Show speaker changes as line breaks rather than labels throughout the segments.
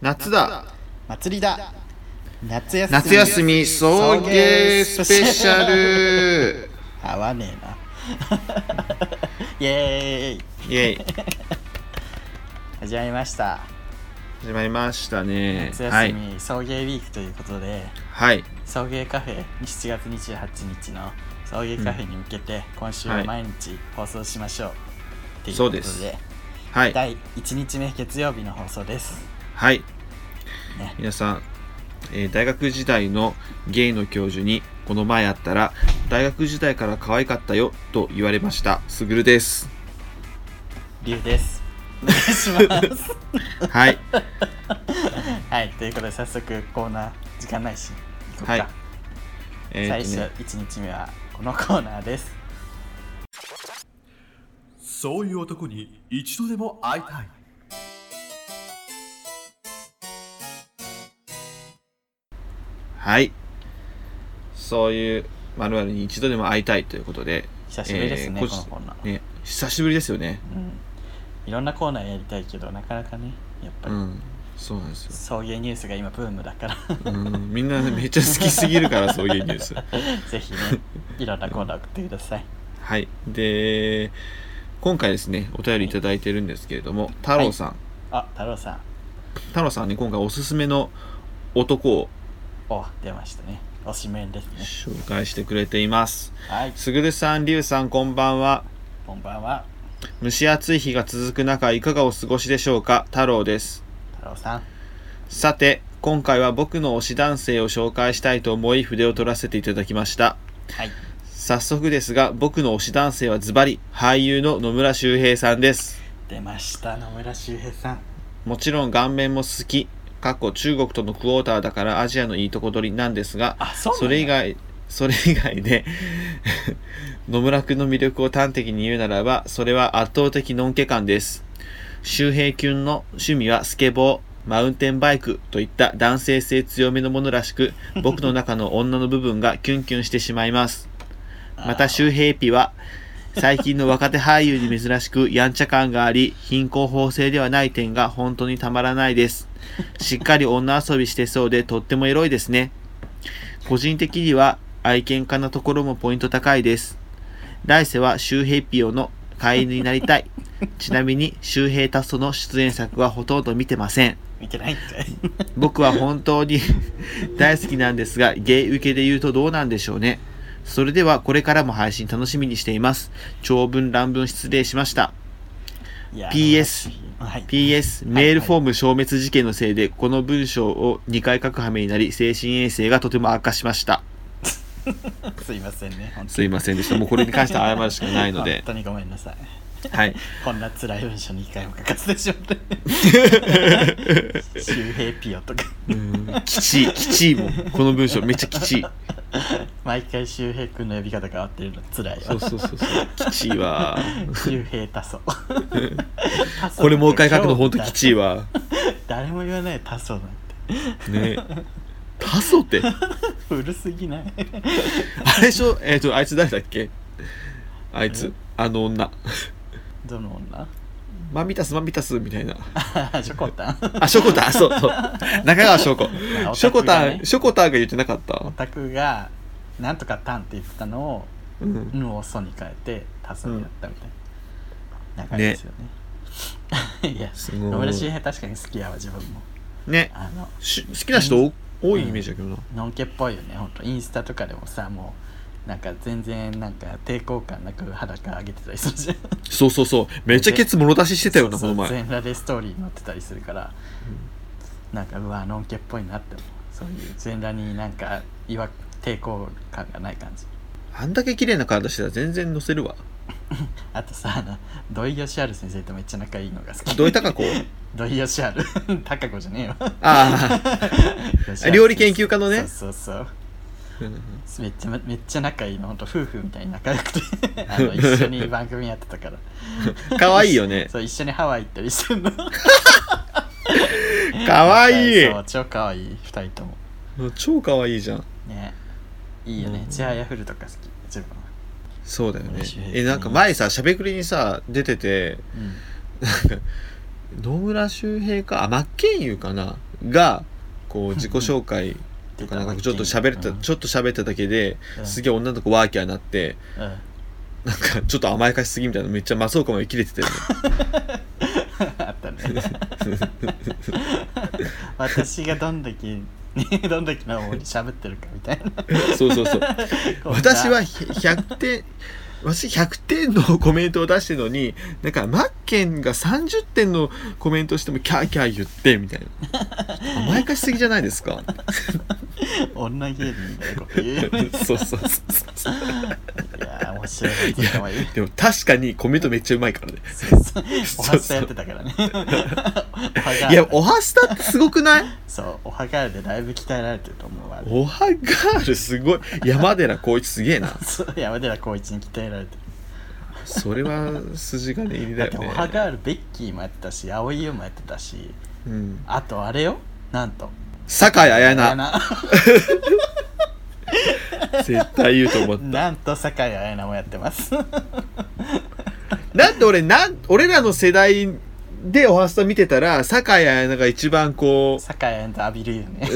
夏だ
祭りだ夏休み
夏休み送迎スペシャル
合わねえな イエー イ
イエイ
始まりました
始まりましたね
夏
は
休
い
み、送迎ウィークということで
はい
送迎カフェ7月28日の送迎カフェに向けて、今週は毎日放送しましょう、っていうことで
そうではい
第1日目月曜日の放送です
はい
ね
皆さん、えー大学時代のゲイの教授にこの前会ったら大学時代から可愛かったよと言われましたすぐるです
りゅうですお願いします
はい
はいということで早速コーナー時間ないし行こうか、
はいえ
最
ーと
初
ね
1日目はこのコーナーです
そういう男に一度でも会いたい。
はいそういうまるに一度でも会いたいということで
久しぶりですね、
えー
このコ
こ
ーナー、
ね久しぶりですよね
うん、いろんなコーナーやりたいけどなかなかねやっぱ
う
り、
んそうなんですよ
送迎ニュースが今ブームだから
うんみんなめっちゃ好きすぎるからそういうニュ ース
ぜひねいろんなコーナー送ってください
はいで今回ですねお便りいただいてるんですけれども太郎さん、
あ太郎さん
太郎さんに今回おすすめの男を
お出ましたねおしめんですね
紹介してくれています
はい
すぐるさんりゅうさんこんばんは
こんばんは
蒸し暑い日が続く中いかがお過ごしでしょうか太郎です
太郎さん
さて今回は僕の推し男性を紹介したいと思い筆を取らせていただきました
はい
早速ですが僕の推し男性はズバリ俳優の野村周平さんです
出ました野村周平さん
もちろん顔面も好き。過去中国とのクォーターだからアジアのいいとこ取りなんですが、
あそうなんだ
それ以外、それ以外で 野村くんの魅力を端的に言うならば、それは圧倒的のんけ感です。周平くんの趣味はスケボー、マウンテンバイクといった男性性強めのものらしく、僕の中の女の部分がキュンキュンしてしまいます。また周平ピは、最近の若手俳優に珍しくやんちゃ感があり、貧困法制ではない点が本当にたまらないです。しっかり女遊びしてそうでとってもエロいですね。個人的には愛犬家なところもポイント高いです。来世は周平ピオの飼い犬になりたい。ちなみに周平タストの出演作はほとんど見てません。
いけないんかい
僕は本当に 大好きなんですが、ゲイ受けで言うとどうなんでしょうね。それではこれからも配信楽しみにしています。長文乱文失礼しました。
いや
PS
野村周平はい
PS、メールフォーム消滅事件のせいで、この文章を2回書く羽目になり、精神衛生がとても悪化しました。
すいませんね本当に
すいませんでした。もうこれに関しては謝るしかないの
本
で。
当にごめんなさい
はい。
こんな辛い文章に一回も書かせてしまって。 周平ピオとか。
うんきちい、きちいもん。この文章めっちゃきちい。
毎回周平くんの呼び方が変わってるの辛い
そう
わ。
そうそうそう。きちいわ。
周平 多層。多層
これもう一回書くの本当きちいわ。
誰も言わない多層なん て。
ね。タソって。
古すぎない。
あれでしょえっ、と、あいつ誰だっけあいつ、あの女。
どの女
マミタス、マミタス、みたいな。
あ、ショコタン。
あ、ショコ タン、そうそう。中川翔子
あ。オタクがね
ショコタン、ショコタンが言ってなかった
オ。タクが、なんとかタンって言ってたのを、
うん。
ぬをソに変えて、多層になったみたいな。仲いいですよね。 いや、
す
野
ご
村
い。
周平確かに好きやわ、自分も。
ね。
あの、
し好きな人多多いイメージだけどな。
のんけっぽいよねほんとインスタとかでもさもうなんか全然なんか抵抗感なく裸上げてたりするじゃん
そうそうそう。めっちゃケツもろ出ししてたよな、こ
そう
の
そう
前。
全裸でストーリーに載ってたりするから、なんかうわのんけっぽいなって思うそういう全裸になんか違和抵抗感がない感じ
あんだけ綺麗な体してたら全然乗せ るわ。
あとさあの土井善晴先生とめっちゃ仲いいのが好き
どういったかこう。
土井善晴 高子じゃねえよ
あ料理研究家のね
そうそうそう
あ。うん
めっちゃめっちゃ仲いいの本当夫婦みたいに仲良くてあの一緒に番組やってたから
かわいいよね。
そう一緒にハワイ行ったりして んのか
かわいい
そう。超かわいい2人とも
超かわいいじゃん。
ねいいよね、
うん
チアヤフルとか好き自分は
そうだよね
嬉しい。
え、なんか前さ、しゃべくりにさ、出てて、
うん
野村周平かあ真剣佑かなが こう自己紹介とかなんかちょっと喋ったちょっと喋っただけで
うん
すげえ女の子ワーキャーになって
うん
なんかちょっと甘やかしすぎみたいなめっちゃ松岡も切れてたよね
あったね私がどんだけ、ね、どんだけの思いで喋ってるかみたいな
そうそうそう
こんな
私は100点私100点のコメントを出してるのになんかマッケンが30点のコメントしてもキャーキャー言ってみたいな甘やかしすぎじゃないですか
女芸人みたいな こと言うよね
そうそうそうそう
いやー面白いことかわいい
でも確かにコメントめっちゃうまいからね
そうそうおはスタやってたか らねおはいガ
や
ール
オハスタってすごくない
そうおはガールでだいぶ鍛えられてると思うわ
オハガールすごい山寺宏一すげえな
そう山寺宏一に鍛えられてる
それは筋金入りだ
だって
よ
お
ね
はガールベッキーもやってたし蒼井優もやってたし
うん、
あとあれよなんと
酒井
や
彩菜 絶対言うと思った
なんと酒井彩菜もやってます
なんで俺なん俺らの世代でオハスタ見てたら酒井彩菜が一番こ
酒井彩菜とアビルユーね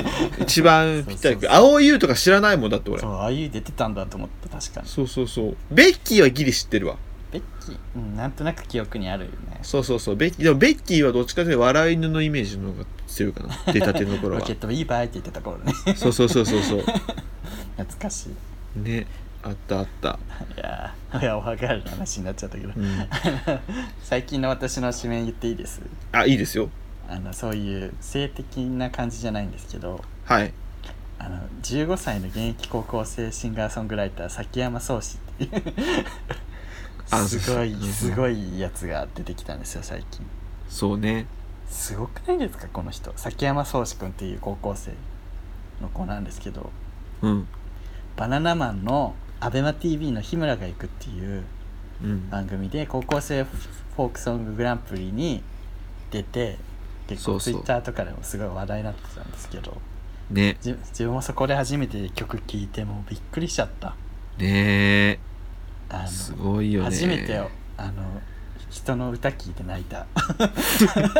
う、う ん、一番ぴったり
そうそう
く
そう
る青い優とか知らないもんだって俺
そうああいう出てたんだと思った確かに
そうそうそうベッキーはギリ知ってるわ
ベッキー、うん、なんとなく記憶にあるよね
そうそうそうベッキーでもベッキーはどっちかというと笑い犬のイメージの方が強いかな出たての頃
ロ
は
ケットもいいバイって言ってた頃ね
そうそうそうそうそう
懐かしい
ねあったあった、
いやーいやおはガールの話になっちゃったけど、
うん、
最近の私の指名言っていいです
あいいですよ
あのそういう性的な感じじゃないんですけど
はい
あの15歳の現役高校生シンガーソングライター崎山壮志っていう
あ
すごい
そうそう
すごいやつが出てきたんですよ最近
そうね
すごくないですかこの人崎山壮志くんっていう高校生の子なんですけど
うん
バナナマンの ABEMATV の日村が行くっていう
うん
番組で高校生フォークソンググランプリに出て結
そ
構
う
ツ
そ
イ
う
ッターとかでもすごい話題になってたんですけど
ね
じ自分もそこで初めて曲聴いてもうびっくりしちゃった
ね
あ
えす
の、
ごいよね
初めてあの人の歌聴いて泣いた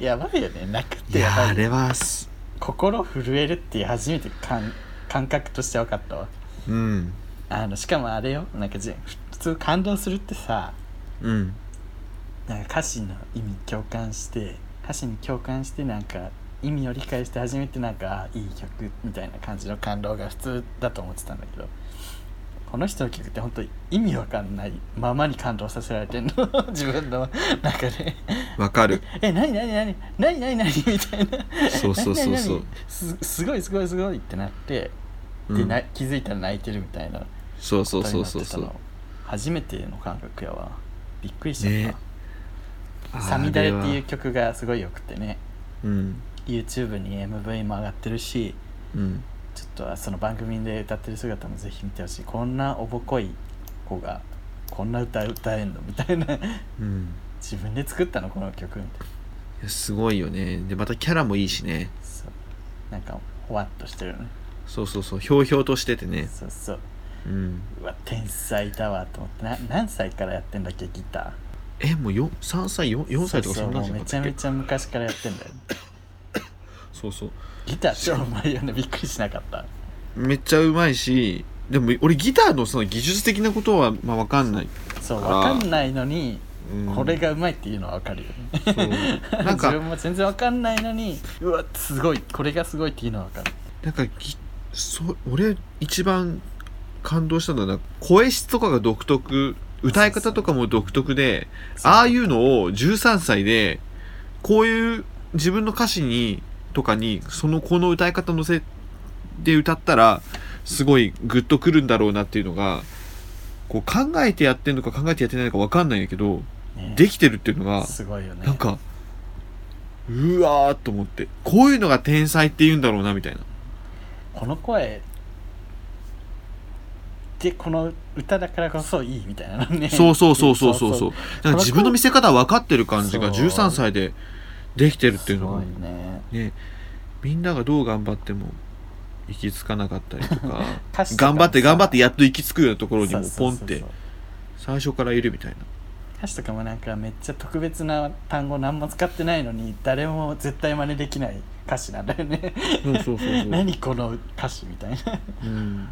やばいよね泣くっ
い
てや
や
ば
あ
い
れはす
心震えるっていう初めて感感覚として分かったわ
うん
あのしかもあれよなんかじ普通感動するってさ
うん
なんか歌詞の意味共感して歌詞に共感してなんか意味を理解して初めてなんかあいい曲みたいな感じの感動が普通だと思ってたんだけどこの人の曲って本当に意味わかんないままに感動させられてんの 自分の中で
わかる
「え何何何何何何?」みたいな
そうそうそうそ
何
う
々すすごいすごいすごいってなって
う
で
ん
な気づいたら泣いてるみたいな
そう
こ
そ
と
うそう
になっ
そう
てた
そう
の初めての感覚やわびっくりしちゃった、
ね
「さみだれ」っていう
あ
曲がすごいよくて
れ
ね
はうん
YouTube に MV も上がってるし
うん
ちょっとその番組で歌ってる姿もぜひ見てほしいこんなおぼこい子がこんな歌歌えんのみたいな
うん
自分で作ったのこの曲みたいない
やすごいよねでまたキャラもいいしね
そうなんかほわっとしてるね
そうそうそうひょうひょうとしててね
そうそう
うん
うわ天才だわと思ってな何歳からやってんだっけギタ
えもうよ3歳 4,
ー
4歳とか
そ
そ
うんそ
な
うんも
じ
う
ゃ
め
なかったっ
ちゃめ
け
ちゃ昔からやってんだよ
そうそう
ギター超うまいよねびっくりしなかった
めっちゃうまいしでも俺ギターのその技術的なことはまあわかんない、
そう
あら
わかんないのに
うん
これがうまいっていうのはわかるよね
そう なん
自分
か
も全然わかんないのにうわすごいこれがすごいっていうのはわかる
なんかぎそう俺一番感動したのはなんか声質とかが独特歌い方とかも独特でああいうのを13歳でこういう自分の歌詞にとかにそのこの歌い方のせで歌ったらすごいグッとくるんだろうなっていうのがこう考えてやってんのか考えてやってないのか分かんないんだけど
ね
できてるっていうのが
すごいよね
なんかうわーっと思ってこういうのが天才って言うんだろうなみたいな
この声でこの歌だからこそいいみたいなのね
そうそうそうそうそうそうなんか自分の見せ方分かってる感じが
そう
13歳でできてるってい
す
うの
ご
が
いね
ねみんながどう頑張っても行き着かなかったりと か
歌詞とかも
頑張って頑張ってやっと行き着くようなところにも
そ
ポ
うそう
ンっ
そうそう
て最初からいるみたいな
歌詞とかもなんかめっちゃ特別な単語何も使ってないのに誰も絶対真似できない歌詞なんだよね
そうそうそうそう
何この歌詞みたいな
うん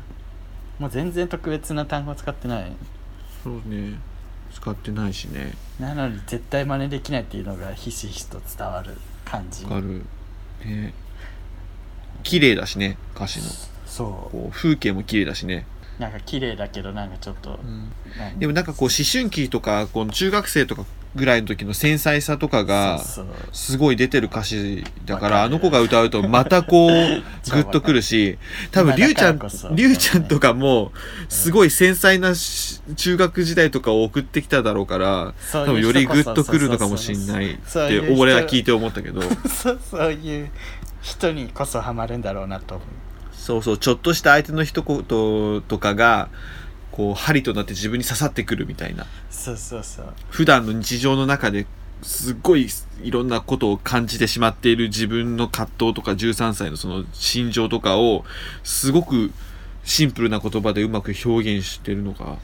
もう全然特別な単語使ってない
そうね使ってないしね
なのに絶対真似できないっていうのがひしひしと伝わる感じ
わかるね綺麗だしね歌詞の
そ
こう風景も綺麗だしね、
うなんか綺麗だけどなんかちょっと、なん
でもなんかこう思春期とかこの中学生とかぐらいの時の繊細さとかが
そうそう
すごい出てる歌詞だから
わかる
あの子が歌うとまた こうグッとくるし多分り
今
ゅう
だ
ち
か
ゃ
ら
ん
こそ
りゅうちゃんとかもすごい繊細なし中学時代とかを送ってきただろうから
そ
多
う
分
いう
よりグッとくるの
人
か
こ
も
そ
しんないっ
そうそうそうそういう
て
人
俺は聞いて思ったけど
そうそういう人にこそハマるんだろうなと思う
そうそうちょっとした相手の一言とかがこう針となって自分に刺さってくるみたいな
そうそうそう
普段の日常の中ですっごいいろんなことを感じてしまっている自分の葛藤とか13歳のその心情とかをすごくシンプルな言葉でうまく表現してるのが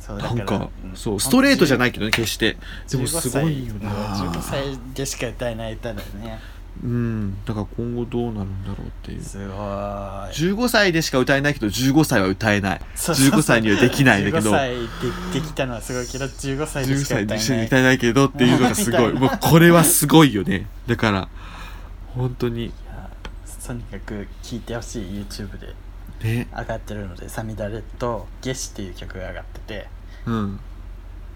そう
な
だ
んから
ん
そうストレートじゃないいけどね決してでもすごいよな
15歳でしか歌えない歌だよね
うんだから今後どうなるんだろうっていう
すごーい
15歳でしか歌えないけど15歳は歌えない
そうそうそう
15歳にはできないんだけど
15歳でできたのはすごいけど15歳で
10
しか
歳で
歌え
一緒
な
に
い
歌えないけどっていうのがすごいもうこれはすごいよねだから本当に
いやとにかく聴いてほしい YouTube で
ね
上がってるので「サミダレ」と「ゲシ」っていう曲が上がってて、
うん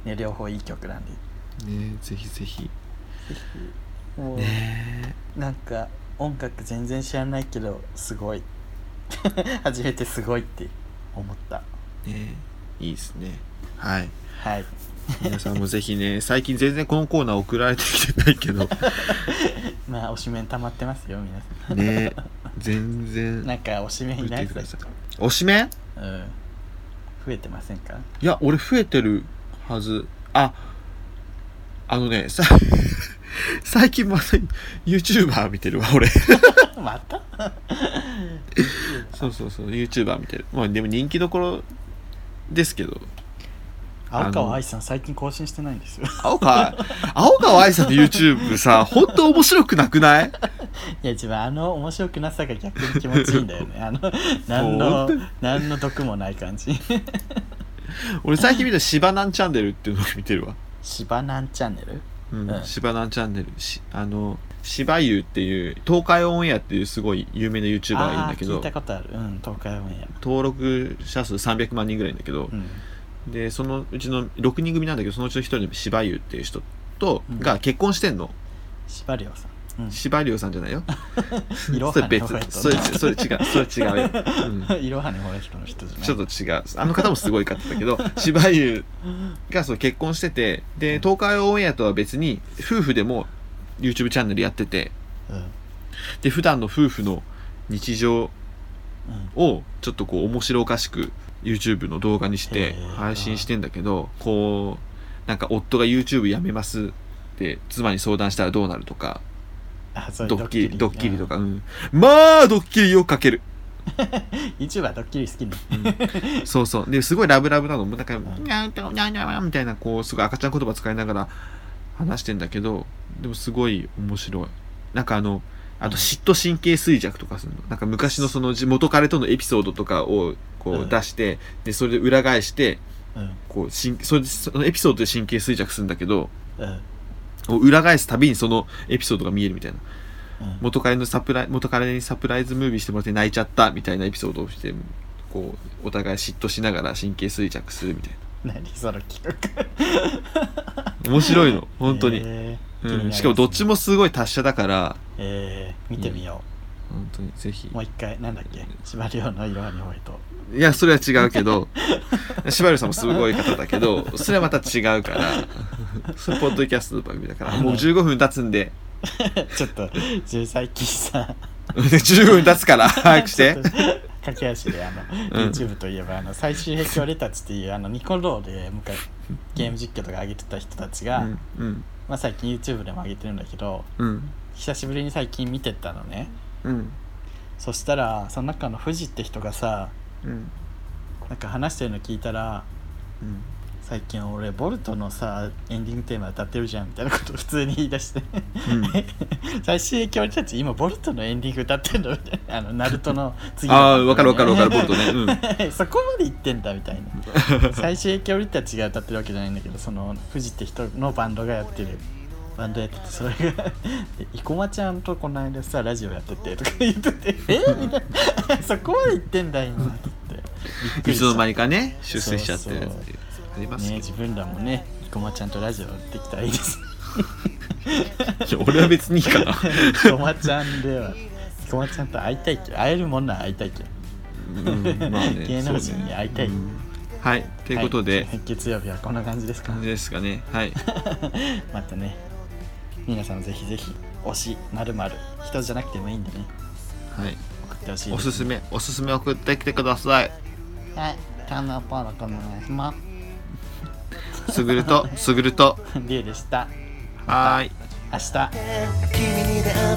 ね、両方いい曲なんで
ねぜひぜひ
もう
ね
なんか音楽全然知らないけどすごい 初めてすごいって思った
ねいいですねはい
はい
皆さんもぜひね最近全然このコーナー送られてきてないけど
まあ推しメン溜まってますよ皆 さ
ね全
んな
然
んか推しメン
送
い
っ
な
て
い
くださ
最
い推しメン
近うん増えてませんか
いや俺増えてるはずああのねさ 最近また YouTuber 見てるわ俺
また
そうそうそう YouTuber 見てるまあでも人気どころですけど
青川愛さん最近更新してないんですよ
青川 青川愛さんの YouTube さ本当面白くなくない
いや自分あの面白くなさが逆に気持ちいいん だよねあの何の何の毒もない感じ
俺最近見たシバナンチャンネルっていうのを見てるわ。
しばなんチャンネル
うん
う。ん
シバナンチャンネル。しあの、シバユっていう、東海オンエアっていうすごい有名な YouTuber がいるんだけ
あー聞
ど
いた、ことあるうん東海オンエ
登録者数300万人ぐらいいんだけど
アう、ん
で、そのうちの6人組なんだけど、そのうちの1人のシバユっていう人と、
うん
が結婚してんの。
しばりょうさんうん
シバリオさんじゃないよ。
いろ
そ
は
れ
に
別
ほえ。と
それ、それ違う。それ違う よ。うん
いろはにほえとの人じゃない
ちょっと違う。あの方もすごい方だけ ど、芝優がそう結婚してて、で、東海オンエアとは別に、夫婦でも YouTube チャンネルやってて、
うんうん
で、普段の夫婦の日常を、ちょっとこう、面白おかしく YouTube の動画にして
へー
配信してんだけど、こう、なんか夫が YouTube やめますって、妻に相談したらどうなるとか、
あそう
ドッキリ、ドッキリとか、うん。まあ、ドッキリよくかける。
YouTube はドッキリ好きね
そうそう。で、すごいラブラブなの。もうなんか、
ん
にゃんと、にゃんにゃんみたいな、こう、すごい赤ちゃん言葉使いながら話してんだけど、でもすごい面白い。なんかあの、あと嫉妬神経衰弱とかするの。なんか昔のその地元彼とのエピソードとかをこ
う
うん出して、で、それで裏返して、
うん
こう、しんそれでそのエピソードで神経衰弱するんだけど、
うんうん
こう裏返すたびにそのエピソードが見えるみたいな。元彼のサプライ元彼にサプライズムービーしてもらって泣いちゃったみたいなエピソードをしてこうお互い嫉妬しながら神経衰弱するみたい
何その企画
な面白いの本当に、
えー気になり
う
ま
ん、
す
しかもどっちもすごい達者だから
えー見てみよ
本当にぜひ
うもう一回なんだっけしばりょうのいろはにほえと
いやそれは違うけど しばるさんもすごい方だけどそれはまた違うからそれポッドキャストの番組だからもう15分経つんで
ちょっと自分最近さ
15分経つ から早くして
ちょっと駆け足であの、
うん
YouTube といえばあの最終兵器俺たちっていうあのニコローで昔ゲーム実況とか上げてた人たち
う
が、
んうん
まあ、最近 YouTube でも上げてるんだけど
うん
久しぶりに最近見てたのね
うん
そしたらその中の藤って人がさ
うん
なんか話してるの聞いたら
うん
そ最近俺ボルトのさエンディングテーマ歌ってるじゃんみたいなこと普通に言い出して、 最終影響俺たち今ボルトのエンディング歌ってんのみ たいなあのナルトの次の
ああ、わかるわかるわかる、ボルトね。うん。
そこまで言ってんだみたい な最終影響俺たちが歌ってるわけじゃないんだけどその富士って人のバンドがやってるバンドやっててそれが で生駒ちゃんとこの間さラジオやっててとか言ってて「えみたいなそこまで言ってんだ今って言ってびっく
い
り
つ
した
の間にかね、出世しちゃってるっていう
そうそう
あります
ね
け
自分らもね生駒ちゃんとラジオできたらい いです
ど。い や俺は別にいいかな。
生駒ちゃんでは生駒ちゃんと会いたいけど会えるもんなら会いたいけど
うん、まあね。
芸能人
そう
に
ね
会いたい
はい、と
と
いうことで、
月曜日はこんな感じですか
感じですかね。はい。
またね皆さんぜひぜひ推しまる人じゃなくてもいいんでね
はい。
送ってほしい
お
です
すすめ、おすすめ送ってきてください。
はいカンナポーロこのます
ぐると、すぐると。
すリュウでした
はーい。
明日
君に出会っ